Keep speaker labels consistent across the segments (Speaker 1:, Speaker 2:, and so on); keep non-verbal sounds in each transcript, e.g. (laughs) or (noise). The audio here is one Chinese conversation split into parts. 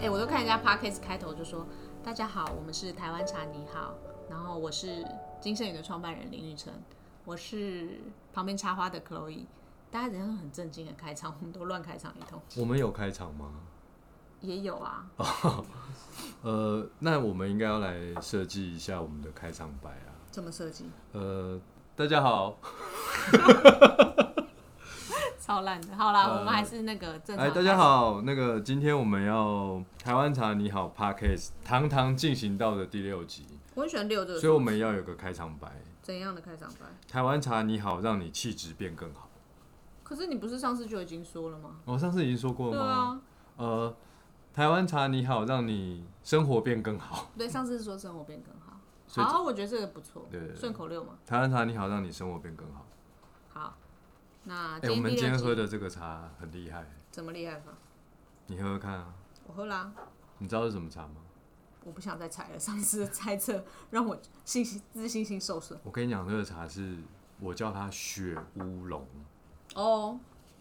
Speaker 1: 哎看人家 podcast 开头就说：“大家好，我们是台湾茶，你好。”然后我是金盛宇的创办人林玉成，我是旁边插花的 Chloe。大家人家都很震惊的开场，我们都乱开场一通，
Speaker 2: 我们有开场吗？
Speaker 1: 也有啊，
Speaker 2: 呃，那我们应该要来设计一下我们的开场白啊。
Speaker 1: 怎么设计？ (laughs)
Speaker 2: 呃，大家好，
Speaker 1: 超烂的。好啦，
Speaker 2: 呃
Speaker 1: 我们还是那个正常。
Speaker 2: 哎，大家，好，那个今天我们要台湾茶你好 Podcast 堂堂进行到的第六集，
Speaker 1: 我很喜欢六这个，
Speaker 2: 所以我们要有个开场白。
Speaker 1: 怎样的开场白？
Speaker 2: 台湾茶你好，让你气质变更好。哦
Speaker 1: 可是你不是上次就已经说了吗？
Speaker 2: 我、上次已经说过
Speaker 1: 对
Speaker 2: 了吗？
Speaker 1: 啊，
Speaker 2: 呃，台湾茶你好，让你生活变更好。
Speaker 1: 对，上次是说生活变更好。
Speaker 2: 所以
Speaker 1: 好，我觉得这个不错
Speaker 2: 对对，对
Speaker 1: 顺口溜嘛。
Speaker 2: 台湾茶你好，让你生活变更好。
Speaker 1: 好，那
Speaker 2: 哎、
Speaker 1: 今
Speaker 2: 我
Speaker 1: 天啊
Speaker 2: 们
Speaker 1: 第
Speaker 2: 今
Speaker 1: 六
Speaker 2: 天
Speaker 1: 集
Speaker 2: 喝的这个茶很厉害，
Speaker 1: 怎么厉害法？
Speaker 2: 你喝喝看啊。
Speaker 1: 我喝啦、
Speaker 2: 你知道是什么茶吗？
Speaker 1: 我不想再猜了。上次的猜测 (laughs) 让我信心自信心受损。
Speaker 2: 我跟你讲，这个茶是我叫它雪乌龙。
Speaker 1: 哦，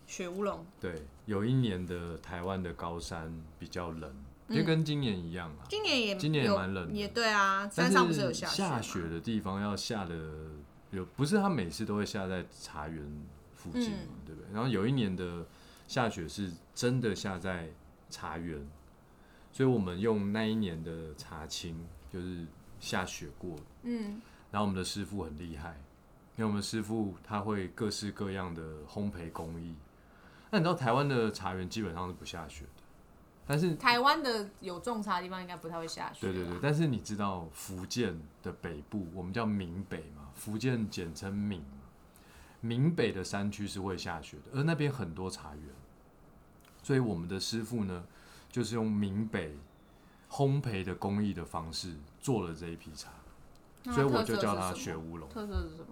Speaker 1: 雪乌龙，
Speaker 2: 对，有一年的台湾的高山比较冷，就跟今年一样啊。
Speaker 1: 今年也
Speaker 2: 今年也
Speaker 1: 有
Speaker 2: 蛮冷的
Speaker 1: 也对啊，
Speaker 2: 但
Speaker 1: 山上不是有
Speaker 2: 下
Speaker 1: 雪吗？
Speaker 2: 雪的地方要下的有，不是它每次都会下在茶园附近嘛，
Speaker 1: 嗯
Speaker 2: 对不对？然后有一年的下雪是真的下在茶园，所以我们用那一年的茶青，就是下雪过
Speaker 1: 嗯，
Speaker 2: 然后我们的师傅很厉害，因为我们师傅他会各式各样的烘焙工艺。那你知道台湾的茶园基本上是不下雪的，但是
Speaker 1: 台湾的有种茶的地方应该不太会下雪。
Speaker 2: 对对对，，但是你知道福建的北部，我们叫闽北嘛，福建简称闽嘛，闽北的山区是会下雪的，而那边很多茶园，所以我们的师傅呢，就是用闽北烘焙的工艺的方式做了这一批茶，
Speaker 1: 那它
Speaker 2: 所以我就
Speaker 1: 特色
Speaker 2: 叫
Speaker 1: 是
Speaker 2: 它
Speaker 1: 什
Speaker 2: 雪
Speaker 1: 么
Speaker 2: 乌龙。
Speaker 1: 特色是什么？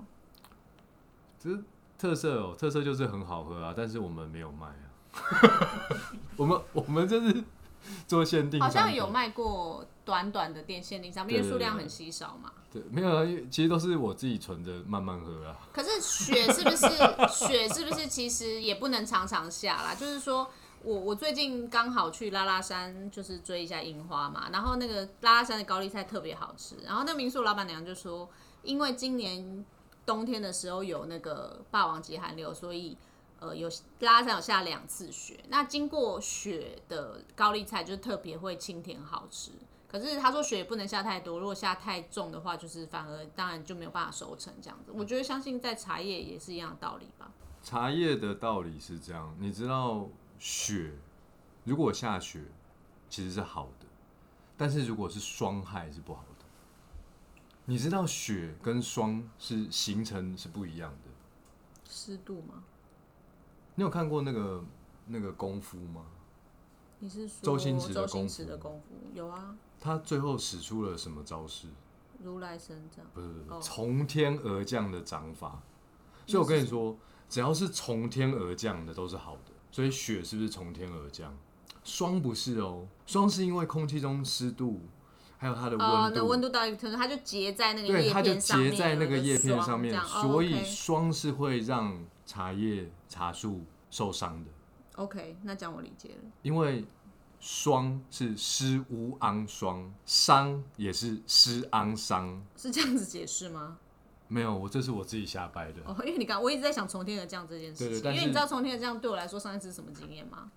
Speaker 2: 这特色哦，特色就是很好喝啊，但是我们没有卖啊。
Speaker 1: (laughs)
Speaker 2: 我们我们这是做限定，
Speaker 1: 好像有，卖过短短的店限定商品，因为
Speaker 2: 对对
Speaker 1: 数量
Speaker 2: 对
Speaker 1: 很稀少嘛。
Speaker 2: 对，没有啊，因为其实都是我自己存着慢慢喝啊。
Speaker 1: 可是雪是不是雪是不是其实也不能常常下啦？就是说我我最近刚好去拉拉山，就是追一下樱花嘛，然后那个拉拉山的高丽菜特别好吃，然后那民宿老板娘就说，因为今年冬天的时候有那个霸王级寒流，所以。呃，有拉拉山有下两次雪，那经过雪的高丽菜就特别会清甜好吃。可是他说雪也不能下太多，如果下太重的话，就是反而当然就没有办法收成这样子。我觉得相信在茶叶也是一样的道理吧。
Speaker 2: 茶叶的道理是这样，你知道雪如果下雪其实是好的，但是如果是霜害是不好的。你知道雪跟霜是形成是不一样的。
Speaker 1: 湿度吗？
Speaker 2: 你有看过那个那个功夫吗？
Speaker 1: 你是说
Speaker 2: 周星驰的
Speaker 1: 周
Speaker 2: 功
Speaker 1: 星
Speaker 2: 夫
Speaker 1: 驰的功夫有啊？
Speaker 2: 他最后使出了什么招式？
Speaker 1: 如来神掌
Speaker 2: 不是不是不
Speaker 1: 哦
Speaker 2: 是从天而降的掌法。所以我跟你说，只要是从天而降的都是好的。所以雪是不是从天而降？霜不是哦，霜是因为空气中湿度，还有它的
Speaker 1: 哦
Speaker 2: 温，
Speaker 1: 那
Speaker 2: 度，
Speaker 1: 温度到一个程度，它就结在那个
Speaker 2: 对，
Speaker 1: 叶
Speaker 2: 它就
Speaker 1: 片上面，
Speaker 2: 结在那个叶片上面，
Speaker 1: 有一个霜这样
Speaker 2: 所以
Speaker 1: 哦
Speaker 2: 霜是会让茶叶、茶树受伤的，
Speaker 1: 哦 OK OK，那这样我理解了。
Speaker 2: 因为霜是湿乌昂霜，伤也是湿昂伤。
Speaker 1: 是这样子解释吗？
Speaker 2: 没有，我这是我自己瞎掰的。
Speaker 1: 哦，因为你刚我一直在想从天而降这件事
Speaker 2: 对
Speaker 1: 情，
Speaker 2: 对但
Speaker 1: 因
Speaker 2: 是
Speaker 1: 为你知道从天而降对我来说上一次是什么经验吗？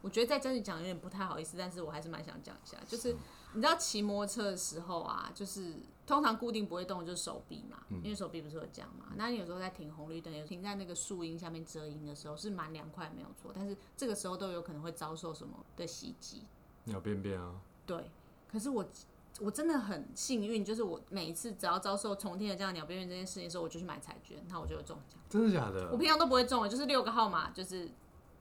Speaker 1: 我觉得在这里讲有点不太好意思，但是我还是蛮想讲一下，就是你知道骑摩托车的时候啊，就是通常固定不会动的就是手臂嘛，
Speaker 2: 嗯
Speaker 1: 因为手臂不是会这样嘛。那你有时候在停红绿灯，有停在那个树荫下面遮阴的时候是蛮凉快没有错，但是这个时候都有可能会遭受什么的袭击，
Speaker 2: 鸟便便啊，
Speaker 1: 对，可是我我真的很幸运，就是我每一次只要遭受从天而降的鸟边缘这件事情的时候，我就去买彩券，那我就有中奖。
Speaker 2: 真的假
Speaker 1: 我
Speaker 2: 的？
Speaker 1: 平常都不会中，啊就是六个号码，就是、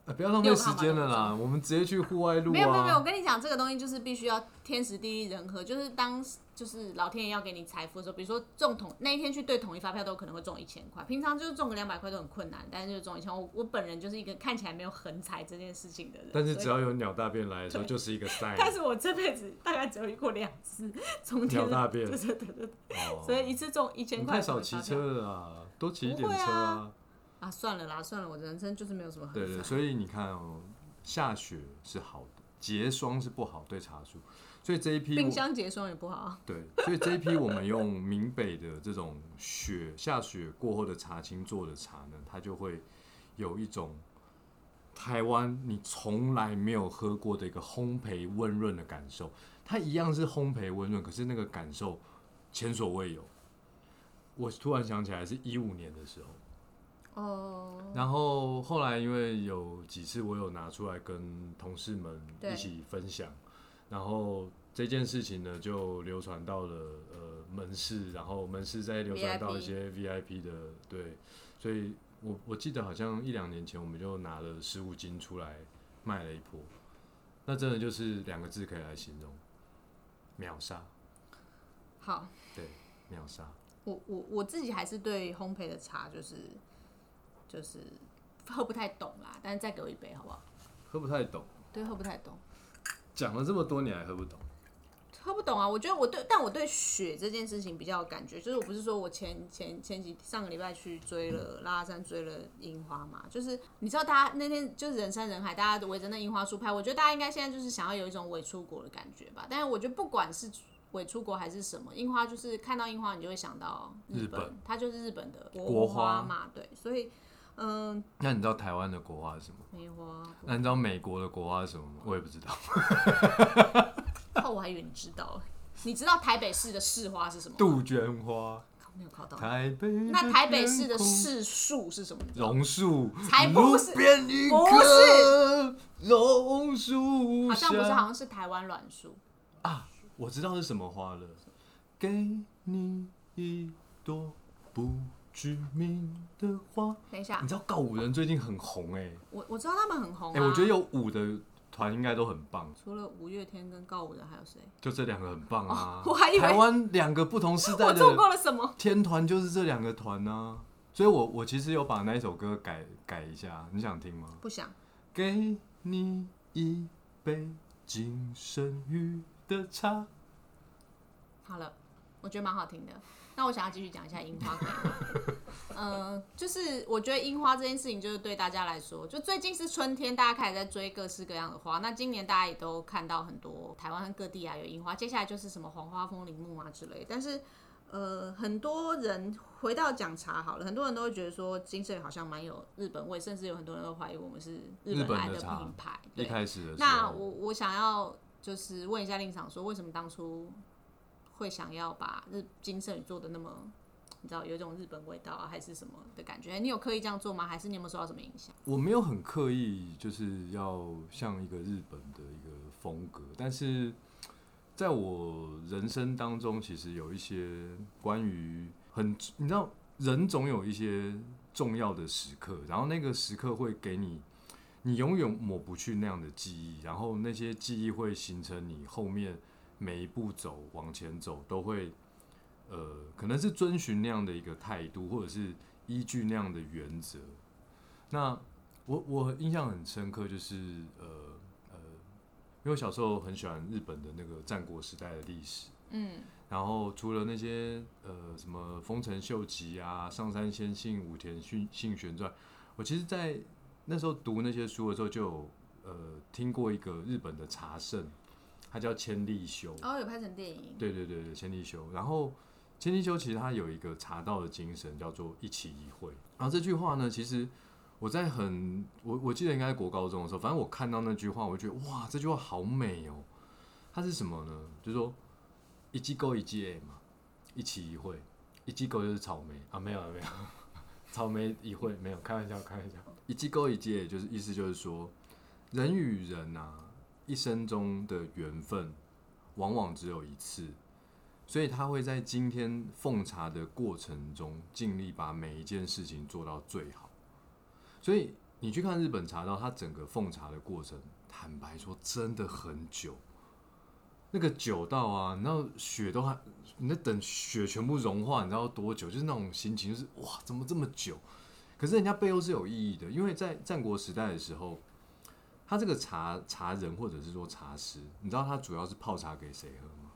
Speaker 2: 啊、不要浪费时间了啦，我们直接去户外录啊。
Speaker 1: 没有没有没有。我跟你讲，这个东西就是必须要天时地利人和，就是当就是老天爷要给你财富的时候，比如说中统那一天去对统一发票都可能会中一千块，平常就是中个两百块都很困难，但是就中一千。我我本人就是一个看起来没有横财这件事情的人，
Speaker 2: 但是
Speaker 1: 所以
Speaker 2: 只要有鸟大便来的时候，就是一个
Speaker 1: 但 (laughs)
Speaker 2: sign。
Speaker 1: 是我这辈子大概只有遇过两次从天
Speaker 2: 鸟大便
Speaker 1: 对对对对，
Speaker 2: 哦
Speaker 1: 所以一次中一
Speaker 2: 你
Speaker 1: 千块
Speaker 2: 太
Speaker 1: 统
Speaker 2: 少
Speaker 1: 一
Speaker 2: 骑
Speaker 1: 发票
Speaker 2: 车了啦，多骑一点
Speaker 1: 不会啊
Speaker 2: 车啊。
Speaker 1: (laughs) 啊，算了啦，算了，我人生就是没有什么横财。
Speaker 2: 对对，所以你看哦，下雪是好的，结霜是不好对茶树，所以这一批我
Speaker 1: 冰箱结霜也不好。
Speaker 2: 对，所以这一批我们用闽北的这种雪下雪过后的茶青做的茶呢，它就会有一种台湾你从来没有喝过的一个烘焙温润的感受。它一样是烘焙温润，可是那个感受前所未有。我突然想起来是一五年的时候，
Speaker 1: 哦，
Speaker 2: 然后后来因为有几次我有拿出来跟同事们
Speaker 1: 对
Speaker 2: 一起分享，然后这件事情呢就流传到了呃门市，然后门市再流传到
Speaker 1: VIP
Speaker 2: 一些 VIP 的对，所以我我记得好像一两年前我们就拿了十五斤出来卖了一波，那真的就是两个字可以来形容，秒杀，
Speaker 1: 好，
Speaker 2: 对，秒杀。
Speaker 1: 我我我自己还是对烘焙的茶就是就是喝不太懂啦，但是再给我一杯好不好？
Speaker 2: 喝不太懂，
Speaker 1: 对，喝不太懂，
Speaker 2: 讲了这么多你还喝不懂，
Speaker 1: 喝不懂啊。我觉得我对，但我对雪这件事情比较有感觉，就是我不是说我前前前几上个礼拜去追了拉拉山，追了樱花嘛，就是你知道大家那天就是人山人海，大家围着那樱花树拍，我觉得大家应该现在就是想要有一种伪出国的感觉吧。但是我觉得不管是伪出国还是什么，樱花就是看到樱花你就会想到
Speaker 2: 日
Speaker 1: 本，
Speaker 2: 本
Speaker 1: 它就是日本的
Speaker 2: 国
Speaker 1: 国
Speaker 2: 花
Speaker 1: 花嘛，对，所以嗯，
Speaker 2: 那你知道台湾的国花是什么？
Speaker 1: 梅花。
Speaker 2: 那你知道美国的国花是什么吗？我也不知道。
Speaker 1: 哦，我还以为你知道，你知道台北市的市花是什么吗？
Speaker 2: (laughs) 杜鹃花，
Speaker 1: 靠没有考到。
Speaker 2: 台北的
Speaker 1: 那台北市的
Speaker 2: 嗯天空
Speaker 1: 市树是什么？
Speaker 2: 榕树，
Speaker 1: 才不是
Speaker 2: 路边一
Speaker 1: 不
Speaker 2: 棵榕树
Speaker 1: 好像不是，好
Speaker 2: 下。
Speaker 1: 像是台湾栾树。
Speaker 2: 我知道是什么花了。给你一朵不知名的花。
Speaker 1: 等一下
Speaker 2: 你，知道告五人最近很红哎、欸、
Speaker 1: 我我知道他们很红、
Speaker 2: 哎、
Speaker 1: 啊
Speaker 2: 我觉得有舞的团应该都很棒，
Speaker 1: 除了五月天跟告五人，还有谁？
Speaker 2: 就这两个很棒
Speaker 1: (laughs)
Speaker 2: 啊。
Speaker 1: 哦我还以为
Speaker 2: 台湾两个不同时代
Speaker 1: 我
Speaker 2: 的
Speaker 1: 错过了什么？
Speaker 2: 天团就是这两个团呢、所以我我其实有把那一首歌改改一下，你想听吗？
Speaker 1: 不想。
Speaker 2: 给你一杯金生鱼的茶，
Speaker 1: 好了，我觉得蛮好听的。那我想要继续讲一下樱花可以吗。
Speaker 2: (laughs)
Speaker 1: 嗯，就是我觉得樱花这件事情，就是对大家来说，就最近是春天，大家开始在追各式各样的花。那今年大家也都看到很多台湾各地啊有樱花，接下来就是什么黄花风铃木啊之类。但是，呃，很多人回到讲茶好了，很多人都会觉得说金穗好像蛮有日本味，甚至有很多人都怀疑我们是日
Speaker 2: 日本
Speaker 1: 本来
Speaker 2: 的
Speaker 1: 的
Speaker 2: 茶
Speaker 1: 品牌。
Speaker 2: 一
Speaker 1: 对。
Speaker 2: 开始的时
Speaker 1: 那
Speaker 2: 候，
Speaker 1: 我我想要就是问一下令长说，为什么当初会想要把日金圣宇做的那么，你知道有一种日本味道啊，还是什么的感觉？你有刻意这样做吗？还是你有没有受到什么影响？
Speaker 2: 我没有很刻意就是要像一个日本的一个风格，但是在我人生当中，其实有一些关于很你知道，人总有一些重要的时刻，然后那个时刻会给你。你永远抹不去那样的记忆，然后那些记忆会形成你后面每一步走往前走都会，呃，可能是遵循那样的一个态度，或者是依据那样的原则。那我我印象很深刻，就是呃呃，因为我小时候很喜欢日本的那个战国时代的历史，
Speaker 1: 嗯，
Speaker 2: 然后除了那些呃什么丰臣秀吉啊、上杉谦信、武田信信玄传，我其实，在那时候读那些书的时候就有呃听过一个日本的茶圣，他叫千利休。
Speaker 1: 哦，有拍成电影，
Speaker 2: 对对对对，千利休。然后千利休其实他有一个茶道的精神，叫做一期一会。然后这句话呢，其实我在很我我记得应该是国高中的时候，反正我看到那句话，我就觉得哇，这句话好美哦。它是什么呢？就是说一机构一季 A 嘛，一期一会，一机构就是草莓啊，没有了没有， (laughs) 草莓一会没有，开玩笑开玩笑。一机构一季 A 就是意思就是说，人与人啊，一生中的缘分往往只有一次，所以他会在今天奉茶的过程中，尽力把每一件事情做到最好。所以你去看日本茶道，它整个奉茶的过程，坦白说真的很久。那个久到啊，你知道雪都还，你在等雪全部融化，你知道要多久？就是那种心情，就是哇，怎么这么久？可是人家背后是有意义的，因为在战国时代的时候，他这个茶茶人或者是说茶师，你知道他主要是泡茶给谁喝吗？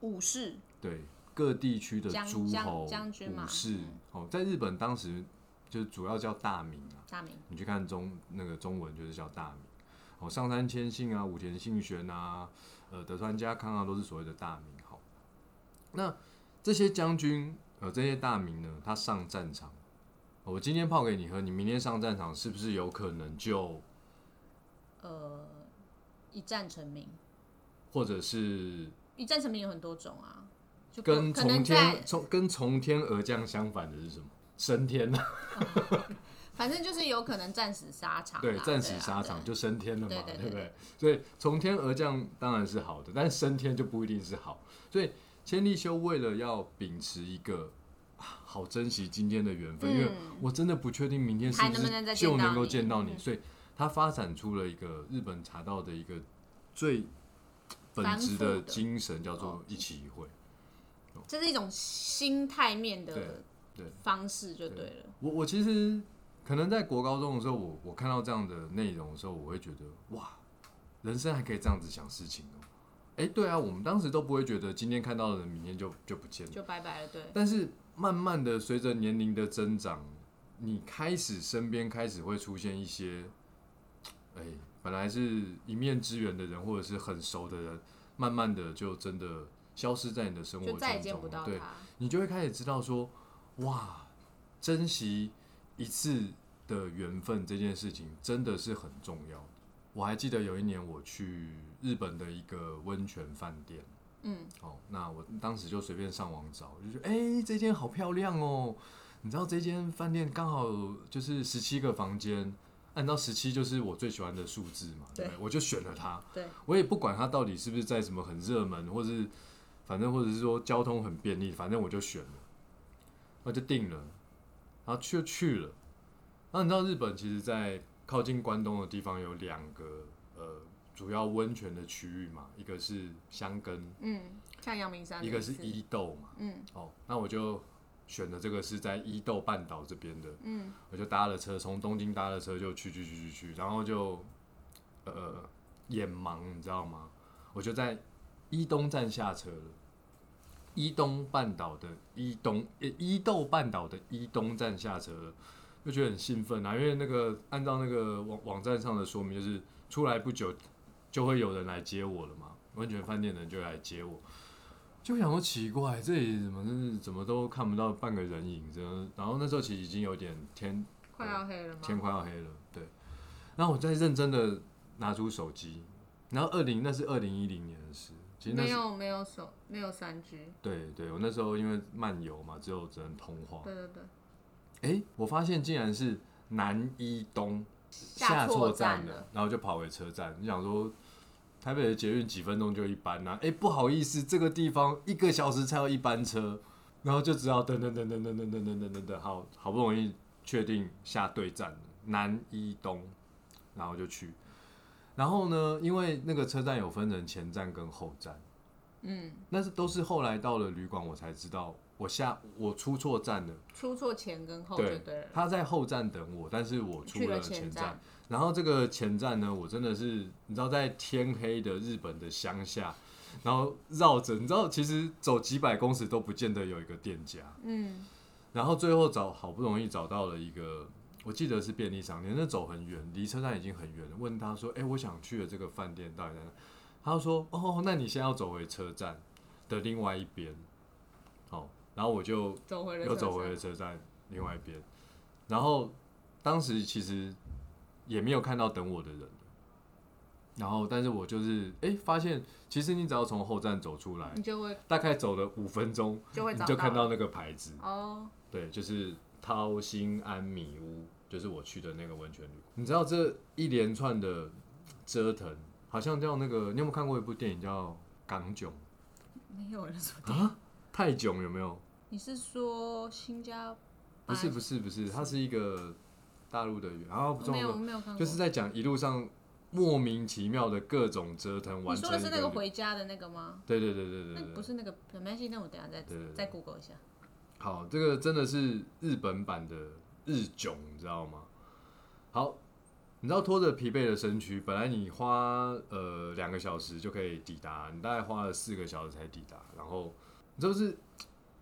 Speaker 1: 武士
Speaker 2: 对，各地区的
Speaker 1: 将
Speaker 2: 诸
Speaker 1: 将
Speaker 2: 侯、
Speaker 1: 将军嘛
Speaker 2: 武士
Speaker 1: 嗯，
Speaker 2: 哦，在日本当时就主要叫大名啊，
Speaker 1: 大明，
Speaker 2: 你去看中那个中文就是叫大名。哦，上杉谦信啊、武田信玄啊、呃德川家康啊，都是所谓的大名号。那这些将军，呃，这些大名呢，他上战场，哦我今天泡给你喝，你明天上战场，是不是有可能就
Speaker 1: 呃，一战成名，
Speaker 2: 或者是
Speaker 1: 一战成名有很多种啊，就可
Speaker 2: 跟
Speaker 1: 可能
Speaker 2: 从
Speaker 1: 在
Speaker 2: 天从跟从天而降相反的是什么？升天啊了，
Speaker 1: 反正就是有可能战死沙场啊，
Speaker 2: 对，战死
Speaker 1: 啊
Speaker 2: 沙场
Speaker 1: 对
Speaker 2: 就升天了嘛
Speaker 1: 对，对
Speaker 2: 对
Speaker 1: 对
Speaker 2: 不对？所以从天而降当然是好的，但是升天就不一定是好。所以千利休为了要秉持一个啊好珍惜今天的缘分，因为
Speaker 1: 嗯
Speaker 2: 我真的不确定明天是
Speaker 1: 还
Speaker 2: 不
Speaker 1: 能不能再
Speaker 2: 是
Speaker 1: 见
Speaker 2: 就
Speaker 1: 到
Speaker 2: 能够
Speaker 1: 你
Speaker 2: 见到你，
Speaker 1: 嗯
Speaker 2: 所以他发展出了一个日本茶道的一个最本
Speaker 1: 繁
Speaker 2: 质
Speaker 1: 复
Speaker 2: 的
Speaker 1: 的
Speaker 2: 精神，叫
Speaker 1: 哦
Speaker 2: 做一期一会。
Speaker 1: 这是一种心态面的
Speaker 2: 对对
Speaker 1: 方式就对
Speaker 2: 对
Speaker 1: 了。
Speaker 2: 我我其实可能在国高中的时候，我我看到这样的内容的时候，我会觉得哇，人生还可以这样子想事情哦。哎，对啊，我们当时都不会觉得今天看到的人，明天就就不见了。
Speaker 1: 就拜拜了，对，
Speaker 2: 但是慢慢的，随着年龄的增长，你开始身边开始会出现一些，哎，本来是一面之缘的人，或者是很熟的人，慢慢的就真的消失在你的生活
Speaker 1: 就
Speaker 2: 当
Speaker 1: 再也见
Speaker 2: 中
Speaker 1: 不
Speaker 2: 了。
Speaker 1: 到
Speaker 2: 对，
Speaker 1: 他。
Speaker 2: 你就会开始知道说，哇，珍惜一次的缘分这件事情真的是很重要的。我还记得有一年我去日本的一个温泉饭店，
Speaker 1: 嗯，
Speaker 2: 哦，那我当时就随便上网找，就觉得哎、诶这间好漂亮哦。你知道这间饭店刚好就是十七个房间，按照十七就是我最喜欢的数字嘛，对不对？我就选了它。
Speaker 1: 对，
Speaker 2: 我也不管它到底是不是在什么很热门，或是反正或者是说交通很便利，反正我就选了，那就定了，然后去就去了。那你知道日本其实，在靠近关东的地方有两个呃主要温泉的区域嘛，一个是香根，
Speaker 1: 嗯，像阳明山的
Speaker 2: 一个是
Speaker 1: 次
Speaker 2: 伊豆嘛，
Speaker 1: 嗯
Speaker 2: 哦，那我就选的这个是在伊豆半岛这边的，
Speaker 1: 嗯，
Speaker 2: 我就搭了车，从东京搭了车就去去去去去，然后就呃眼盲，你知道吗？我就在伊东站下车了，伊东半岛的伊东，呃伊豆半岛的伊东站下车了，就觉得很兴奋啊，因为那个按照那个网网站上的说明，就是出来不久就会有人来接我了嘛，温泉饭店的人就来接我。就想说奇怪，这里怎么是怎么都看不到半个人影，真的。然后那时候其实已经有点天
Speaker 1: 快要黑了吗？
Speaker 2: 天快要黑了，对。然后我再认真的拿出手机，然后二零那是二零一零年的事，其实那
Speaker 1: 没
Speaker 2: 是
Speaker 1: 有没有手没有三 G，
Speaker 2: 对对，我那时候因为漫游嘛，只有只能通话。
Speaker 1: 对对对，
Speaker 2: 哎，我发现竟然是南一东
Speaker 1: 下错
Speaker 2: 错
Speaker 1: 站了
Speaker 2: 了，然后就跑回车站，你想说。台北的捷运几分钟就一班啦、啊，哎、不好意思，这个地方一个小时才有一班车，然后就只好等等等等等等等等等等等，好好不容易确定下对站了南一东，然后就去，然后呢，因为那个车站有分成前站跟后站，
Speaker 1: 嗯，
Speaker 2: 那是都是后来到了旅馆我才知道，我下我出错站了，
Speaker 1: 出错前跟后就哦对了。
Speaker 2: 他在后站等我，但是我出
Speaker 1: 去了前
Speaker 2: 前
Speaker 1: 站
Speaker 2: 然后这个前站呢，我真的是你知道，在天黑的日本的乡下，然后绕着，你知道，其实走几百公尺都不见得有一个店家。
Speaker 1: 嗯，
Speaker 2: 然后最后找好不容易找到了一个，我记得是便利商店，那走很远，离车站已经很远了。问他说：“哎、我想去的这个饭店到底在哪？”他说：“哦，那你先要走回车站的另外一边。”哦，然后我就
Speaker 1: 走回了
Speaker 2: 又
Speaker 1: 车
Speaker 2: 走回了
Speaker 1: 站。
Speaker 2: 车站另外一边。然后当时其实也没有看到等我的人，然后但是我就是哎、诶发现，其实你只要从后站走出来，
Speaker 1: 你就会
Speaker 2: 大概走了五分钟，
Speaker 1: (laughs) 就会
Speaker 2: 你
Speaker 1: 找
Speaker 2: 就看
Speaker 1: 到
Speaker 2: 到那个牌子，
Speaker 1: 哦，
Speaker 2: 对，就是掏心安米屋，就是我去的那个温泉旅馆。你知道这一连串的折腾，好像叫那个，你有没有看过一部电影叫《港囧
Speaker 1: 没有人说》
Speaker 2: 啊？泰囧有没有？
Speaker 1: 你是说新加
Speaker 2: 不是
Speaker 1: 马
Speaker 2: 不是不是，它是一个大陆的语言，然后不重
Speaker 1: 没有我
Speaker 2: 要，
Speaker 1: 没有看过，
Speaker 2: 就是在讲一路上莫名其妙的各种折腾，
Speaker 1: 你
Speaker 2: 完
Speaker 1: 说
Speaker 2: 成
Speaker 1: 的是那
Speaker 2: 一
Speaker 1: 个
Speaker 2: 旅
Speaker 1: 回家的那个吗？
Speaker 2: 对对对对
Speaker 1: 那
Speaker 2: 对
Speaker 1: 不
Speaker 2: 对。
Speaker 1: 是那个，没关系，那我等一下再
Speaker 2: 对对对
Speaker 1: 再 Google 一下。
Speaker 2: 好，这个真的是日本版的日囧，你知道吗？好，你知道拖着疲惫的身躯，本来你花呃两个小时就可以抵达，你大概花了四个小时才抵达，然后你就是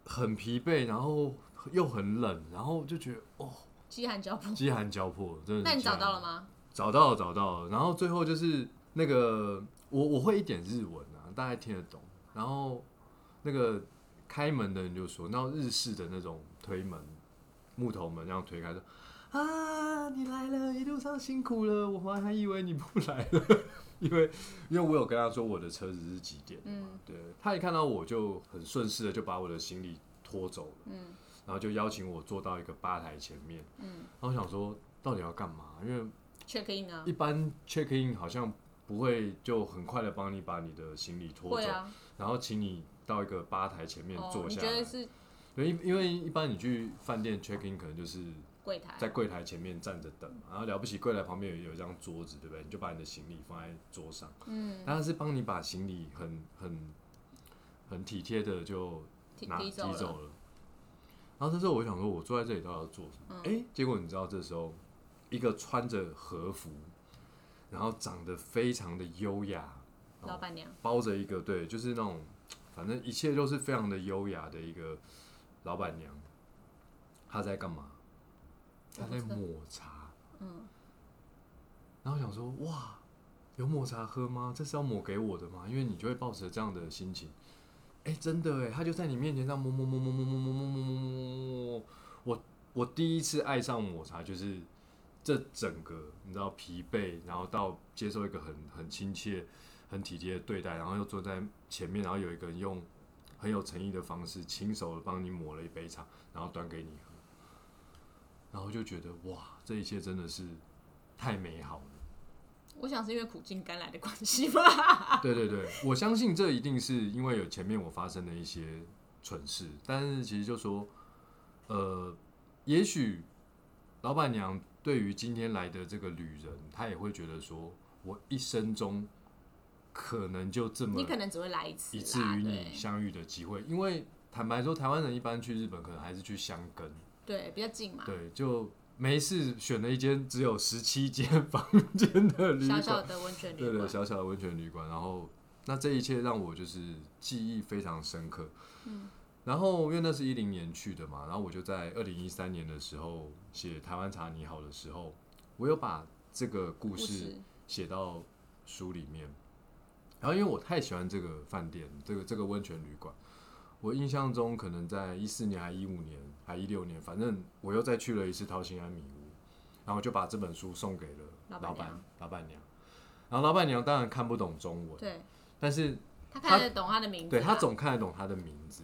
Speaker 2: 很疲惫，然后又很冷，然后就觉得哦，
Speaker 1: 饥寒交迫，
Speaker 2: 饥寒交迫，真的是饥
Speaker 1: 嗯那你找
Speaker 2: 寒交迫。
Speaker 1: 到了吗？
Speaker 2: 找到了找到了，然后最后就是那个我我会一点日文啊，大概听得懂。然后那个开门的人就说，那日式的那种推门木头门这样推开说。啊，你来了，一路上辛苦了，我们还以为你不来了， (laughs) 因为因为我有跟他说我的车子是几点的嘛，
Speaker 1: 嗯
Speaker 2: 对他一看到我就很顺势的就把我的行李拖走了，
Speaker 1: 嗯
Speaker 2: 然后就邀请我坐到一个吧台前面，
Speaker 1: 嗯
Speaker 2: 然后我想说到底要干嘛？因为
Speaker 1: ，check in 啊
Speaker 2: 一，般 check in 好像不会就很快的帮你把你的行李拖
Speaker 1: 会
Speaker 2: 走，
Speaker 1: 啊，
Speaker 2: 然后请你到一个吧台前面
Speaker 1: 哦，
Speaker 2: 坐
Speaker 1: 你
Speaker 2: 下
Speaker 1: 觉
Speaker 2: 来
Speaker 1: 得。是
Speaker 2: 对，因因为一般你去饭店 check in 可能就是
Speaker 1: 柜台？啊
Speaker 2: 在柜台前面站着等嘛，然后了不起柜台旁边有有一张桌子，对不对？你就把你的行李放在桌上，
Speaker 1: 嗯，
Speaker 2: 但他是帮你把行李很很很体贴的就
Speaker 1: 提
Speaker 2: 拿
Speaker 1: 提走了，
Speaker 2: 了。然后这时候我想说，我坐在这里到底要做什
Speaker 1: 嗯
Speaker 2: 么？哎、结果你知道，这时候一个穿着和服，然后长得非常的优雅，
Speaker 1: 老板娘，
Speaker 2: 包着一个对，就是那种反正一切都是非常的优雅的一个老板娘，她在干嘛？她
Speaker 1: 我不
Speaker 2: 在
Speaker 1: 知道
Speaker 2: 抹茶。
Speaker 1: 嗯，
Speaker 2: 然后想说，哇，有抹茶喝吗？这是要抹给我的吗？因为你就会抱持这样的心情。哎、真的哎，他就在你面前这样摸摸摸摸摸摸摸摸摸摸摸摸。我我第一次爱上抹茶，就是这整个你知道疲惫，然后到接受一个很很亲切、很体贴的对待，然后又坐在前面，然后有一个人用很有诚意的方式，亲手的帮你抹了一杯茶，然后端给你喝，然后就觉得哇，这一切真的是太美好了。
Speaker 1: 我想是因为苦尽甘来的关系 (laughs) 吧。
Speaker 2: 对对对，我相信这一定是因为有前面我发生的一些蠢事，但是其实就说，呃，也许老板娘对于今天来的这个旅人，她也会觉得说，我一生中可能就
Speaker 1: (laughs)
Speaker 2: 这么
Speaker 1: 你可能只会来一次
Speaker 2: 一
Speaker 1: 啦，
Speaker 2: 次与你
Speaker 1: 对
Speaker 2: 相遇的机会，因为坦白说，台湾人一般去日本可能还是去箱根，
Speaker 1: 对，比较近嘛，
Speaker 2: 对，就没事选了一间只有十七间房间的旅
Speaker 1: 小
Speaker 2: 馆，
Speaker 1: 小的温泉旅
Speaker 2: 对对，
Speaker 1: 馆，
Speaker 2: 小小的温泉旅馆。然后，那这一切让我就是记忆非常深刻。
Speaker 1: 嗯
Speaker 2: 然后因为那是一零年去的嘛，然后我就在二零一三年的时候写《台湾茶你好》的时候，我有把这个故
Speaker 1: 故
Speaker 2: 事写到书里面。然后因为我太喜欢这个饭店，这个这个温泉旅馆，我印象中可能在一四年、还一五年、还一六年，反正我又再去了一次掏心安米屋，然后我就把这本书送给了
Speaker 1: 老板
Speaker 2: 老板
Speaker 1: 娘
Speaker 2: 老板娘。然后老板娘当然看不懂中文，
Speaker 1: 对
Speaker 2: 但是
Speaker 1: 他看得懂他的名字
Speaker 2: 对
Speaker 1: 啦，
Speaker 2: 她总看得懂她的名字，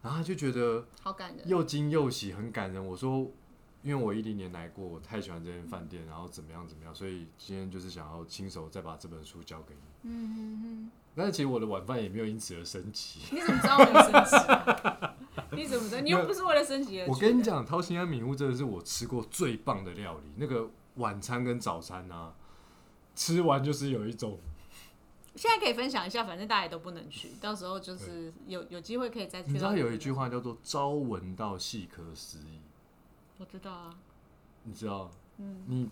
Speaker 2: 然后她就觉得
Speaker 1: 好感人，
Speaker 2: 又惊又喜，很感人。我说，因为我一零年来过，我太喜欢这间饭店，然后怎么样怎么样，所以今天就是想要亲手再把这本书交给你。
Speaker 1: 嗯嗯嗯，
Speaker 2: 但是其实我的晚饭也没有因此而升级。
Speaker 1: 你怎么知道我很生气啊？你怎么知道？你又不是为了升级而去
Speaker 2: 我
Speaker 1: 的
Speaker 2: 跟你，讲，掏心安米屋真的是我吃过最棒的料理。那个晚餐跟早餐啊，吃完就是有一种
Speaker 1: 现在可以分享一下，反正大家也都不能去，到时候就是有有机会可以再去。
Speaker 2: 你知道有一句，话叫做“朝闻道，夕可思议
Speaker 1: 我知道啊，”，
Speaker 2: 你知道，
Speaker 1: 嗯，
Speaker 2: 你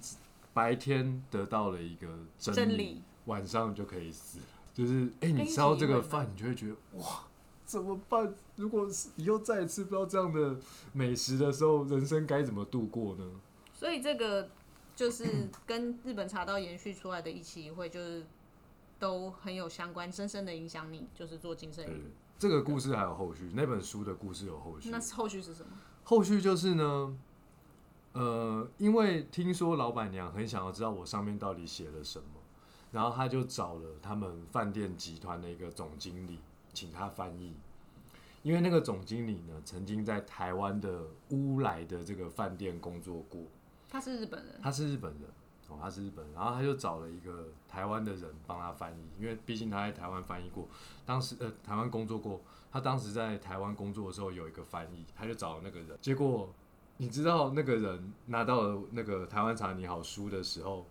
Speaker 2: 白天得到了一个真理，
Speaker 1: 真理
Speaker 2: 晚上就可以死了。就是哎、
Speaker 1: 跟
Speaker 2: 你
Speaker 1: 你
Speaker 2: 吃到
Speaker 1: 体
Speaker 2: 这个
Speaker 1: 会
Speaker 2: 饭，你就会觉得哇，怎么办？如果是以后再也吃不到这样的美食的时候，人生该怎么度过呢？
Speaker 1: 所以这个就是跟日本茶道延续出来的一期一会，就是都很有相关，深深的影响你，就是做金生
Speaker 2: 对
Speaker 1: 鱼。，
Speaker 2: 这个故事还有后续，那本书的故事有后续
Speaker 1: 那。后续是什么？
Speaker 2: 后续就是呢，呃，因为听说老板娘很想要知道我上面到底写了什么，然后她就找了他们饭店集团的一个总经理，请他翻译。因为那个总经理呢，曾经在台湾的乌来的这个饭店工作过，
Speaker 1: 他是日本人，
Speaker 2: 他是日本人，哦，他是日本人，然后他就找了一个台湾的人帮他翻译，因为毕竟他在台湾翻译过，当时呃台湾工作过，他当时在台湾工作的时候有一个翻译，他就找了那个人，结果你知道那个人拿到了那个《台湾茶你好》书的时候，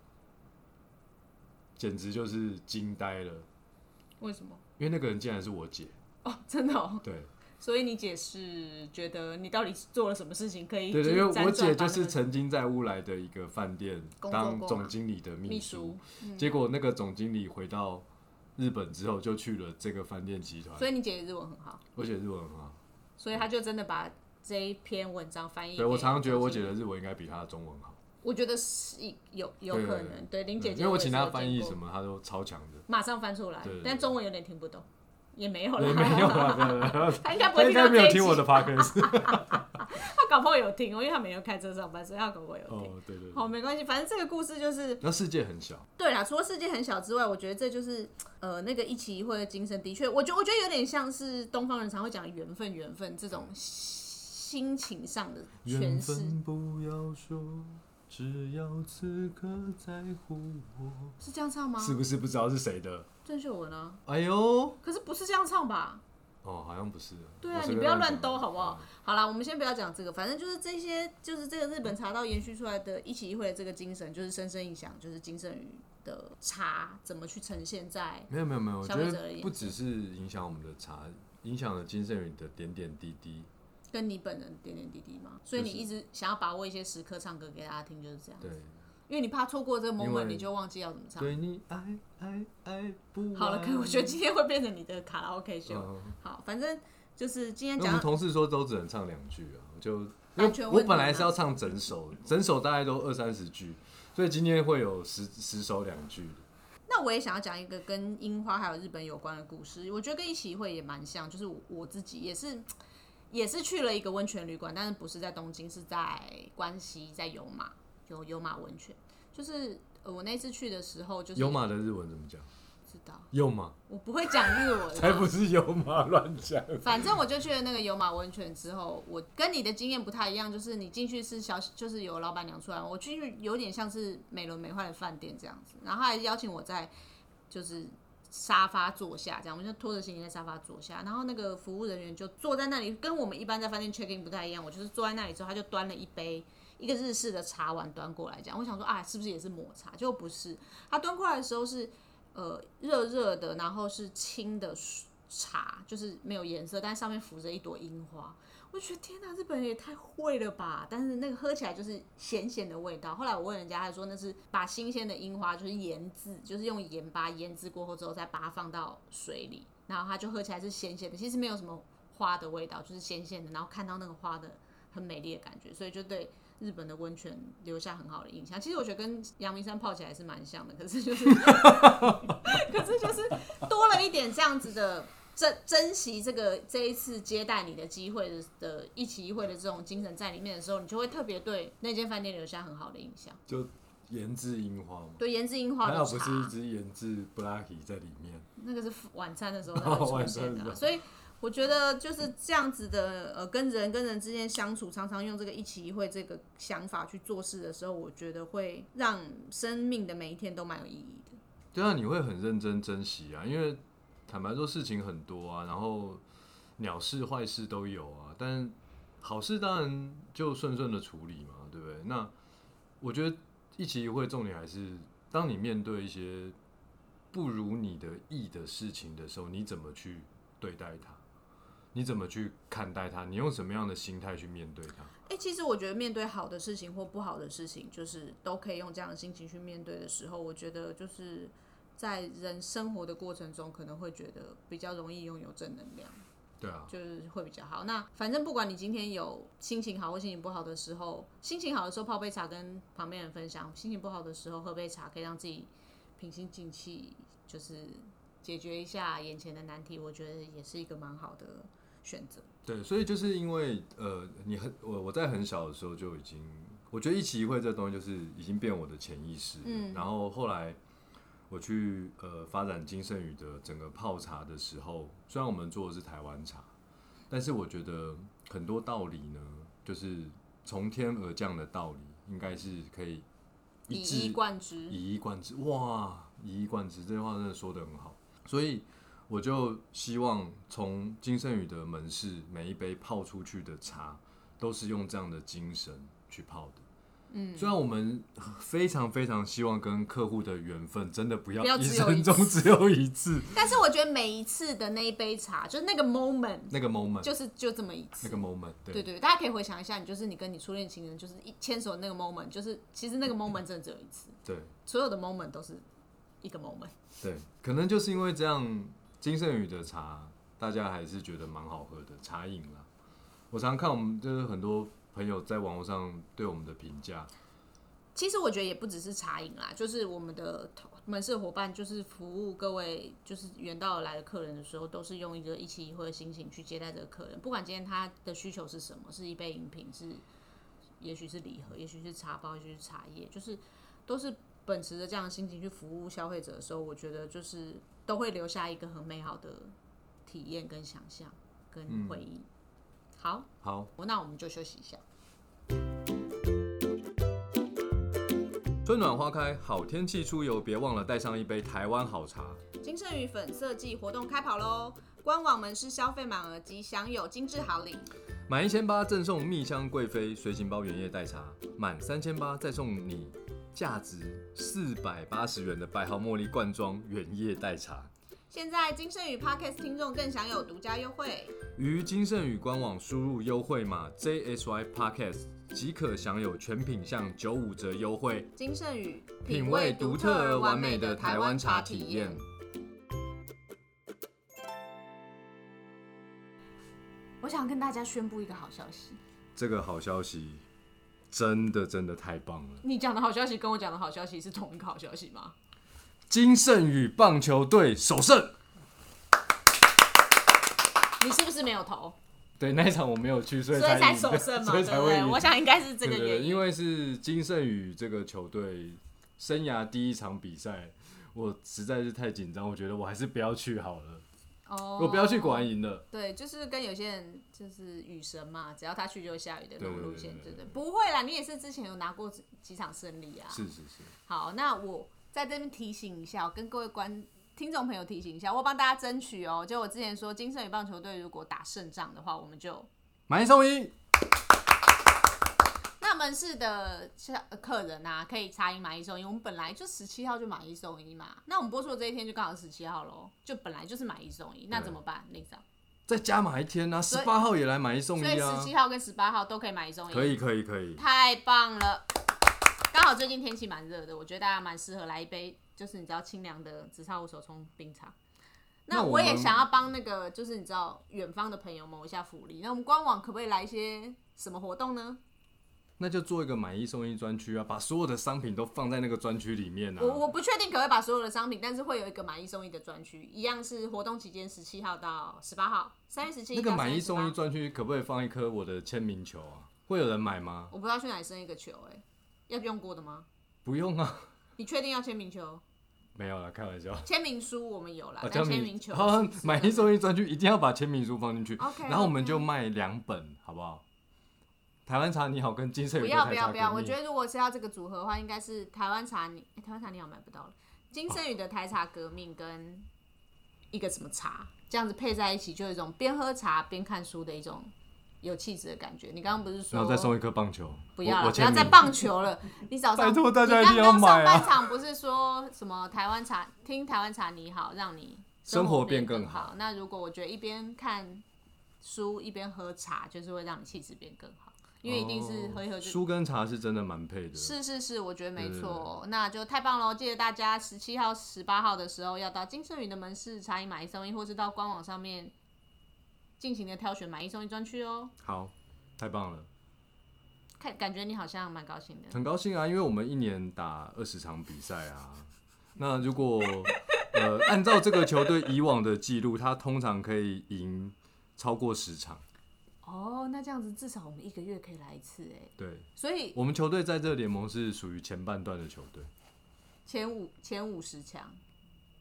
Speaker 2: 简直就是惊呆了，
Speaker 1: 为什么？ (laughs)
Speaker 2: 因为那个人竟然是我姐，
Speaker 1: 哦，真的哦。
Speaker 2: 对
Speaker 1: 所以你解释觉得你到底做了什么事情可以？
Speaker 2: 对
Speaker 1: 就
Speaker 2: 对，
Speaker 1: 是
Speaker 2: 因为
Speaker 1: 辗
Speaker 2: 我姐
Speaker 1: 转把
Speaker 2: 就
Speaker 1: 那
Speaker 2: 是
Speaker 1: 个
Speaker 2: 曾经在乌来的一个饭店
Speaker 1: 工作
Speaker 2: 当
Speaker 1: 过
Speaker 2: 总
Speaker 1: 嘛
Speaker 2: 经理的秘
Speaker 1: 秘
Speaker 2: 书
Speaker 1: 书。，
Speaker 2: 结果那个总经理回到日本之后，就去了这个饭店集团，
Speaker 1: 所以你姐日文很好，
Speaker 2: 我姐日文很好，
Speaker 1: 所以她就真的把这一篇文章翻译给
Speaker 2: 对
Speaker 1: 总经理。
Speaker 2: 我常常觉得我姐的日文应该比她的中文好。
Speaker 1: 我觉得是有有
Speaker 2: 对
Speaker 1: 可
Speaker 2: 对
Speaker 1: 能，对林姐姐，
Speaker 2: 因为我请他翻译什
Speaker 1: 么，
Speaker 2: 么，他都超强的。
Speaker 1: 马上翻出来
Speaker 2: 对对，对
Speaker 1: 但中文有点听不懂，也没有
Speaker 2: 也
Speaker 1: 啦，
Speaker 2: 没有啊，对对对
Speaker 1: (laughs) 他应该不
Speaker 2: 他
Speaker 1: 会
Speaker 2: 应
Speaker 1: 听
Speaker 2: 该
Speaker 1: 到
Speaker 2: 没有
Speaker 1: 这一
Speaker 2: 听我
Speaker 1: 集，(laughs)
Speaker 2: 的 podcast。
Speaker 1: 他搞不好有听哦，因为他每天开车上班，所以他搞不好有听。
Speaker 2: 哦，对对
Speaker 1: 好，
Speaker 2: 对。
Speaker 1: 没关系，反正这个故事就是，
Speaker 2: 那世界很小，
Speaker 1: 对啦，除了世界很小之外，我觉得这就是，呃，那个一期一会的精神，的确，我觉我觉得有点像是东方人常会讲的缘分，缘分这种心情上的诠
Speaker 2: 嗯缘
Speaker 1: 释。
Speaker 2: 分不要说，只要此刻在乎我。
Speaker 1: 是这样唱吗？
Speaker 2: 是不是不知道是谁的？
Speaker 1: 郑秀文啊，
Speaker 2: 哎呦，
Speaker 1: 可是不是这样唱吧？
Speaker 2: 哦，好像不是。
Speaker 1: 对啊
Speaker 2: 我，随
Speaker 1: 你
Speaker 2: 便
Speaker 1: 不要
Speaker 2: 讲
Speaker 1: 乱兜好不好？？好啦，我们先不要讲这个，反正就是这些，就是这个日本茶道延续出来的一期一会的这个精神，就是深深影响，就是金圣宇的茶怎么去呈现在
Speaker 2: 没有没有没有，我
Speaker 1: 消
Speaker 2: 觉
Speaker 1: 费者而
Speaker 2: 得
Speaker 1: 言
Speaker 2: 不只是影响我们的茶，影响了金圣宇的点点滴滴。
Speaker 1: 跟你本人点点滴滴嘛，所以你一直想要把握一些时刻唱歌给大家听，就是这样，
Speaker 2: 对，
Speaker 1: 因为你怕错过这个
Speaker 2: 因为
Speaker 1: moment，你就忘记要怎么唱。
Speaker 2: 对你爱爱爱不完。
Speaker 1: 好了，可以，我觉得今天会变成你的卡拉 OK 秀。
Speaker 2: 嗯
Speaker 1: 好，反正就是今天
Speaker 2: 那我
Speaker 1: 讲
Speaker 2: 们
Speaker 1: 到，
Speaker 2: 同事说都只能唱两句啊，我就因
Speaker 1: 版
Speaker 2: 为
Speaker 1: 权问题啊
Speaker 2: 我本来是要唱整首，整首大概都二三十句，所以今天会有十十首两句。
Speaker 1: 那我也想要讲一个跟樱花还有日本有关的故事，我觉得跟一起一会也蛮像，就是我我自己也是。也是去了一个温泉旅馆，但是不是在东京，是在关西，在有马有有马温泉。就是呃我那次去的时候，就是
Speaker 2: 有马的日文怎么讲？
Speaker 1: 知道，
Speaker 2: 有马 (laughs)
Speaker 1: 我不会讲日文，
Speaker 2: 才不是有马乱讲。 (laughs)
Speaker 1: 反正我就去了那个油马温泉之后，我跟你的经验不太一样，就是你进去是小，就是有老板娘出来，我进去有点像是美轮美奂的饭店这样子，然后他还邀请我在就是沙发坐下，这样我就拖着行李在沙发坐下，然后那个服务人员就坐在那里，跟我们一般在饭店 check in 不太一样，我啊就是坐在那里之后，他就端了一杯。一个日式的茶碗端过来，这样我想说啊，是不是也是抹茶？就不是，他端过来的时候是呃热热的，然后是清的水茶，就是没有颜色，但上面浮着一朵樱花。我就觉得天哪，日本人也太会了吧！但是那个喝起来就是咸咸的味道。后来我问人家，他说那是把新鲜的樱花就是腌制，就是用盐巴腌制过后之后再把它放到水里，然后它就喝起来是咸咸的，其实没有什么花的味道，就是咸咸的，然后看到那个花的很美丽的感觉，所以就对。日本的温泉留下很好的印象，其实我觉得跟阳明山泡起来是蛮像的，可是就是 (laughs) 可是就是多了一点这样子的珍珍惜这个这一次接待你的机会的的一期一会的这种精神在里面的时候，你就会特别对那间饭店留下很好的印象。
Speaker 2: 就研制樱花嘛，
Speaker 1: 对，颜值樱花
Speaker 2: 还
Speaker 1: 的
Speaker 2: 好
Speaker 1: 茶
Speaker 2: 不是一只研制 blacky 在里面。
Speaker 1: 那个是晚餐的时候才会出现
Speaker 2: (laughs) 晚餐
Speaker 1: 的
Speaker 2: 的
Speaker 1: 啊、
Speaker 2: 时候
Speaker 1: 所以我觉得就是这样子的，呃，跟人跟人之间相处，常常用这个一期一会这个想法去做事的时候，我觉得会让生命的每一天都蛮有意义的。
Speaker 2: 对啊，你会很认真珍惜啊，因为坦白说事情很多啊，然后鸟事坏事都有啊，但好事当然就顺顺的处理嘛，对不对？那我觉得一期一会重点还是，当你面对一些不如你的意的事情的时候，你怎么去对待它？你怎么去看待它？你用什么样的心态去面对它？
Speaker 1: 哎、其实我觉得面对好的事情或不好的事情，就是都可以用这样的心情去面对的时候，我觉得就是在人生活的过程中，可能会觉得比较容易拥有正能量，
Speaker 2: 对啊，
Speaker 1: 就是会比较好。那反正不管你今天有心情好或心情不好的时候，心情好的时候泡杯茶跟旁边人分享，心情不好的时候喝杯茶，可以让自己平心静气，就是解决一下眼前的难题，我觉得也是一个蛮好的选择。
Speaker 2: 对，所以就是因为呃，你很我我在很小的时候就已经，我觉得一期一会这东西就是已经变我的潜意识了。
Speaker 1: 嗯
Speaker 2: 然后后来我去呃发展金圣宇的整个泡茶的时候，虽然我们做的是台湾茶，但是我觉得很多道理呢，就是从天而降的道理，应该是可以
Speaker 1: 以
Speaker 2: 致
Speaker 1: 一贯之，
Speaker 2: 以一贯之，哇，以一贯之，这句话真的说的很好。所以我就希望从金圣宇的门市每一杯泡出去的茶，都是用这样的精神去泡的。
Speaker 1: 嗯，
Speaker 2: 虽然我们非常非常希望跟客户的缘分真的不
Speaker 1: 不要
Speaker 2: 要一
Speaker 1: 只有一
Speaker 2: 生中只有一次，
Speaker 1: 但是我觉得每一次的那一杯茶，就是那个 moment，
Speaker 2: 那个 moment，
Speaker 1: 就是就这么一
Speaker 2: 那
Speaker 1: 次。
Speaker 2: 个 moment，
Speaker 1: 对对，大家可以回想一下，你就是你跟你初恋情人，就是一牵手那个 moment，就是其实那个 moment 真的只有一次，
Speaker 2: 对
Speaker 1: 所有的 moment 都是一个 moment。
Speaker 2: 对，可能就是因为这样，金圣宇的茶大家还是觉得蛮好喝的茶饮啦。我常看我们就是很多朋友在网络上对我们的评价，
Speaker 1: 其实我觉得也不只是茶饮啦，就是我们的同门市伙伴，就是服务各位就是远道而来的客人的时候，都是用一个一期一会的心情去接待这个客人。不管今天他的需求是什么，是一杯饮品，是也许是礼盒，也许是茶包，也许是茶叶，就是都是秉持着这样的心情去服务消费者的时候，我觉得就是都会留下一个很美好的体验、跟想象、跟回忆。好，
Speaker 2: 好，
Speaker 1: 那我们就休息一下。
Speaker 2: 春暖花开，好天气出游，别忘了带上一杯台湾好茶。
Speaker 1: 金盛宇粉色季活动开跑喽！官网门市消费满额即享有精致好礼。
Speaker 2: 满一千八赠送蜜香贵妃随行包原叶代茶，满三千八再送你价值四百八十元的白毫茉莉罐装原叶代茶。
Speaker 1: 现在金盛宇 Podcast 听众更享有独家优惠，
Speaker 2: 于金盛宇官网输入优惠码 JSY Podcast 即可享有全品项九五折优惠，
Speaker 1: 金盛宇
Speaker 2: 品味独特而完美的台湾茶体验。。
Speaker 1: 我想跟大家宣布一个好消息，
Speaker 2: 这个好消息真的真的太棒了！
Speaker 1: 你讲的好消息跟我讲的好消息是同一个好消息吗？
Speaker 2: 金盛宇棒球队首胜。
Speaker 1: 你是不是没有投，
Speaker 2: 对，那一场我没有去，所以
Speaker 1: 所以才
Speaker 2: 才
Speaker 1: 首
Speaker 2: 赢
Speaker 1: 胜嘛，
Speaker 2: (laughs) 所
Speaker 1: 对
Speaker 2: 以才
Speaker 1: 不
Speaker 2: 会
Speaker 1: 对？
Speaker 2: 赢
Speaker 1: 我想应该是这个
Speaker 2: 对对
Speaker 1: 原
Speaker 2: 对
Speaker 1: 因。
Speaker 2: 因为是金圣宇这个球队生涯第一场比赛，我实在是太紧张，我觉得我还是不要去好了。
Speaker 1: 哦
Speaker 2: 我不要去，果然赢了。
Speaker 1: 对，就是跟有些人就是雨神嘛，只要他去就会下雨的那种路线，
Speaker 2: 对对对对
Speaker 1: 对不对？不会啦，你也是之前有拿过几几场胜利啊。
Speaker 2: 是是是，
Speaker 1: 好，那我在这边提醒一下，我跟各位观听众朋友提醒一下，我帮大家争取哦。就我之前说，金圣宇棒球队如果打胜仗的话，我们就
Speaker 2: 买一送一，
Speaker 1: 那门市的客人啊，可以茶饮买一送一。我们本来就十七号就买一送一嘛，那我们播出的这一天就刚好十七号喽，就本来就是买一送一，那怎么办？那张，
Speaker 2: 再加买一天啊，十
Speaker 1: 所以
Speaker 2: 八号也来买一送
Speaker 1: 所以
Speaker 2: 一
Speaker 1: 十
Speaker 2: 啊，
Speaker 1: 七号跟十八号都可以买一送一，
Speaker 2: 可以可以可以，
Speaker 1: 太棒了！刚好最近天气蛮热的，我觉得大家蛮适合来一杯，就是你知道清凉的紫砂壶手冲冰茶。那
Speaker 2: 那我
Speaker 1: 我
Speaker 2: 们
Speaker 1: 也想要帮那个，就是你知道远方的朋友谋一下福利。那我们官网可不可以来一些什么活动呢？
Speaker 2: 那就做一个买一送一专区啊，把所有的商品都放在那个专区里面啊
Speaker 1: 我。我不确定可不可以把所有的商品，但是会有一个买一送一的专区，一样是活动期间十七号到十八号，三月十七
Speaker 2: 那个买一送一
Speaker 1: 一，
Speaker 2: 专区可不可以放一颗我的签名球啊？会有人买吗？
Speaker 1: 我不知道去哪里生一个球、哎，要用过的吗？
Speaker 2: 不用啊， (laughs)
Speaker 1: 你确定要签名球？
Speaker 2: 没有了，开玩笑。
Speaker 1: 签名书我们有啦，
Speaker 2: 啊，
Speaker 1: 但签名球
Speaker 2: 好、啊
Speaker 1: 是，
Speaker 2: 买一送一专区一定要把签名书放进去
Speaker 1: OK，
Speaker 2: 然后我们就卖两本，好不好？台湾茶你好跟金色
Speaker 1: 不
Speaker 2: 有
Speaker 1: 要不要不要！我
Speaker 2: 得
Speaker 1: 觉得如果是要这个组合的话，应该是台湾茶你、诶台湾茶你好像买不到了，金圣宇的台茶革命跟一个什么茶，这样子配在一起，就有一种边喝茶边看书的一种有气质的感觉。你刚刚不是说
Speaker 2: 然后再送一颗棒球，
Speaker 1: 不要
Speaker 2: 我
Speaker 1: 了，
Speaker 2: 我
Speaker 1: 不要
Speaker 2: 签
Speaker 1: 再
Speaker 2: 名。
Speaker 1: 棒球了。你早上
Speaker 2: 拜托大家
Speaker 1: 你
Speaker 2: 一定要
Speaker 1: 刚刚
Speaker 2: 买啊
Speaker 1: 上半场不是说什么台湾茶，听台湾茶你好，让你
Speaker 2: 生活变
Speaker 1: 更
Speaker 2: 更好。
Speaker 1: 那如果我觉得一边看书一边喝茶，就是会让你气质变更好，因为一定是喝一喝
Speaker 2: 哦
Speaker 1: 就。
Speaker 2: 书跟茶是真的蛮配的，
Speaker 1: 是是是，我觉得没错，那就太棒了！记得大家十七号、十八号的时候要到金盛宇的门市茶饮买一送一，或是到官网上面尽情的挑选买一送一专区哦。
Speaker 2: 好，太棒了，
Speaker 1: 看，感觉你好像蛮高兴的。
Speaker 2: 很高兴啊，因为我们一年打二十场比赛啊，那如果呃按照这个球队以往的记录，他通常可以赢超过十场，
Speaker 1: 哦，那这样子至少我们一个月可以来一次哎，
Speaker 2: 对。
Speaker 1: 所以
Speaker 2: 我们球队在这个联盟是属于前半段的球队，
Speaker 1: 前五前五十强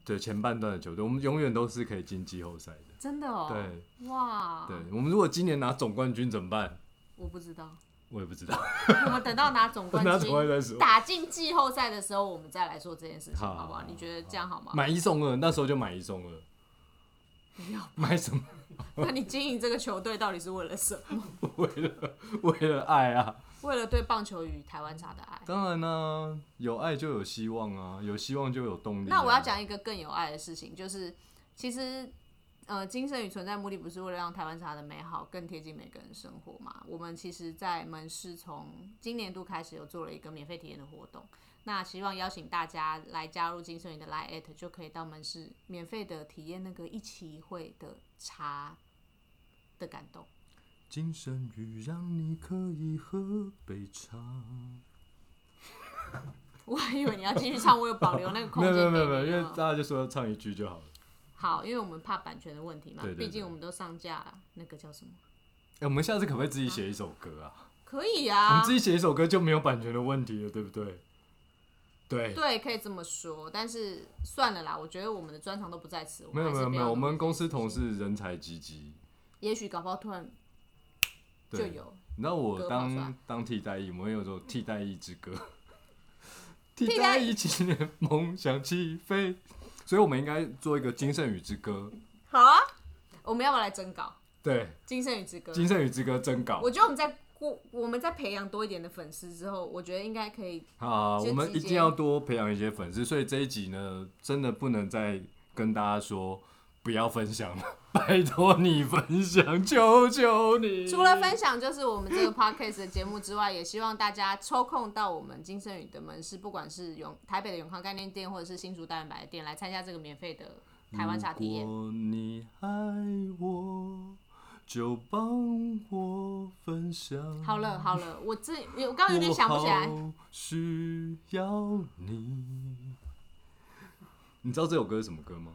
Speaker 2: 对前半段的球队，我们永远都是可以进季后赛的。
Speaker 1: 真的哦，
Speaker 2: 对，
Speaker 1: 哇，
Speaker 2: 对，我们如果今年拿总冠军怎么办？
Speaker 1: 我不知道，
Speaker 2: 我也不知道，
Speaker 1: (laughs) 我们等到拿总冠
Speaker 2: 拿总冠
Speaker 1: 军
Speaker 2: 军再说。
Speaker 1: 打进季后赛的时候，我们再来说这件事情，
Speaker 2: 好好
Speaker 1: 好不好？
Speaker 2: 好
Speaker 1: 你觉得这样好吗？
Speaker 2: 买一送二，那时候就买一送二。
Speaker 1: 不要，
Speaker 2: 买什么？ (laughs)
Speaker 1: 那你经营这个球队到底是为了什么？
Speaker 2: 为了为了爱啊！
Speaker 1: 为了对棒球与台湾茶的爱。
Speaker 2: 当然啦、有爱就有希望啊，有希望就有动力啊、
Speaker 1: 那我要讲一个更有爱的事情，就是其实呃，精神与存在目的不是为了让台湾茶的美好更贴近每个人生活嘛？我们其实，在门市从今年度开始有做了一个免费体验的活动，那希望邀请大家来加入精神与的 Line at，就可以到门市免费的体验那个一期一会的茶的感动。
Speaker 2: 金神鱼，让你可以喝杯茶。
Speaker 1: 我还以为你要继续唱，我有保留那个空
Speaker 2: 没
Speaker 1: 间
Speaker 2: (laughs) 有没
Speaker 1: 给你
Speaker 2: 有
Speaker 1: 哦。
Speaker 2: 没有没有，因为大家就说唱一句就好了。
Speaker 1: 好，因为我们怕版权的问题嘛，
Speaker 2: 对对对
Speaker 1: 毕竟我们都上架那个叫什么？
Speaker 2: 哎、我们下次可不可以自己写一首歌啊？
Speaker 1: 可以
Speaker 2: 我
Speaker 1: 啊
Speaker 2: 们，自己写一首歌就没有版权的问题了，对不对？对，
Speaker 1: 对，可以这么说。但是算了啦，我觉得我们的专长都不在此。我
Speaker 2: 没
Speaker 1: 还
Speaker 2: 有
Speaker 1: 是
Speaker 2: 没有
Speaker 1: 不
Speaker 2: 没
Speaker 1: 要
Speaker 2: 有，我
Speaker 1: 弄
Speaker 2: 们
Speaker 1: 这
Speaker 2: 公
Speaker 1: 件
Speaker 2: 司同
Speaker 1: 事情，
Speaker 2: 事人才济济。
Speaker 1: 也许搞不好突然就
Speaker 2: 对，
Speaker 1: 有
Speaker 2: 你知道我
Speaker 1: 歌跑出
Speaker 2: 当
Speaker 1: 来
Speaker 2: 当替代役，我们有首替代役之歌，替
Speaker 1: 代
Speaker 2: 代役青年梦想起飞，所以我们应该做一个金圣宇之歌，
Speaker 1: 好啊。我们要不要来征稿
Speaker 2: 对，
Speaker 1: 《金圣宇之歌》？
Speaker 2: 金圣宇之歌征稿
Speaker 1: 我觉得我们在过，我们在培养多一点的粉丝之后，我觉得应该可以。
Speaker 2: 啊，
Speaker 1: 就
Speaker 2: 我们
Speaker 1: 直
Speaker 2: 一
Speaker 1: 接
Speaker 2: 定要多培养一些粉丝，所以这一集呢，真的不能再跟大家说不要分享了， (laughs) 拜托你分享，求求你，
Speaker 1: 除了分享就是我们
Speaker 2: (laughs)
Speaker 1: 这个 podcast 的节目之外，也希望大家抽空到我们金圣宇的门市，不管是永台北的永康概念店，或者是新竹大圆白的店，来参加这个免费的台湾茶体验
Speaker 2: 如。果你爱我，就帮我分享。
Speaker 1: 好了好了，我这我刚刚有点想不起来。
Speaker 2: 我好需要你。你知道这首歌是什么歌吗？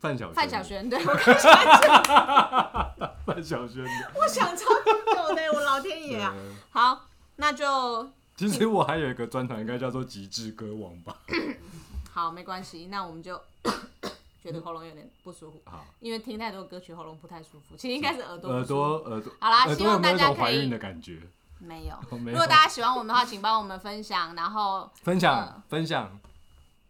Speaker 2: 范晓萱的
Speaker 1: 范晓，萱，对我
Speaker 2: 嗯范晓萱的。
Speaker 1: 我想超久的，我老天爷啊！
Speaker 2: (laughs) 对
Speaker 1: 好，那就
Speaker 2: 呃其实我还有一个专场，应该叫做《极致歌王》吧。
Speaker 1: 好，没关系，那我们就 (coughs) 觉得喉咙有点不舒服，
Speaker 2: 好，
Speaker 1: 因为听太多歌曲喉咙不太舒服，其实应该是耳朵
Speaker 2: 耳
Speaker 1: 不舒服
Speaker 2: 朵耳朵，
Speaker 1: 好啦
Speaker 2: 耳
Speaker 1: 希
Speaker 2: 朵
Speaker 1: 望
Speaker 2: 有没有一
Speaker 1: 大家
Speaker 2: 种
Speaker 1: 可
Speaker 2: 怀
Speaker 1: 以
Speaker 2: 孕的感觉？
Speaker 1: 没有。
Speaker 2: 哦没
Speaker 1: 如
Speaker 2: 有
Speaker 1: 果大家喜嗯欢我们的话，请帮我们分享，然后
Speaker 2: 分享分享，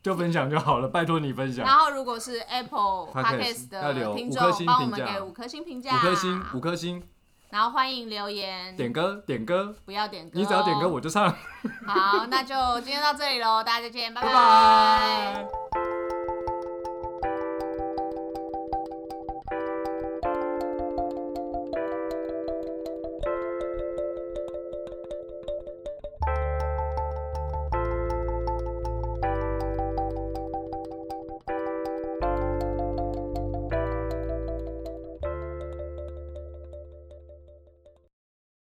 Speaker 2: 就分享就好了，拜托你分享
Speaker 1: 然。后如果是 Apple
Speaker 2: Podcast，
Speaker 1: Podcast
Speaker 2: 要
Speaker 1: 的
Speaker 2: 留
Speaker 1: 听
Speaker 2: 五颗星
Speaker 1: 众，帮我们
Speaker 2: 评价
Speaker 1: 给五颗星评价，
Speaker 2: 五颗星，
Speaker 1: 啊
Speaker 2: 五颗星，
Speaker 1: 然后欢迎留言，
Speaker 2: 点歌点歌，
Speaker 1: 不要点歌，哦
Speaker 2: 你只要点歌。我就唱。
Speaker 1: 好，那就今天到这里喽，大家再见，拜
Speaker 2: 拜拜。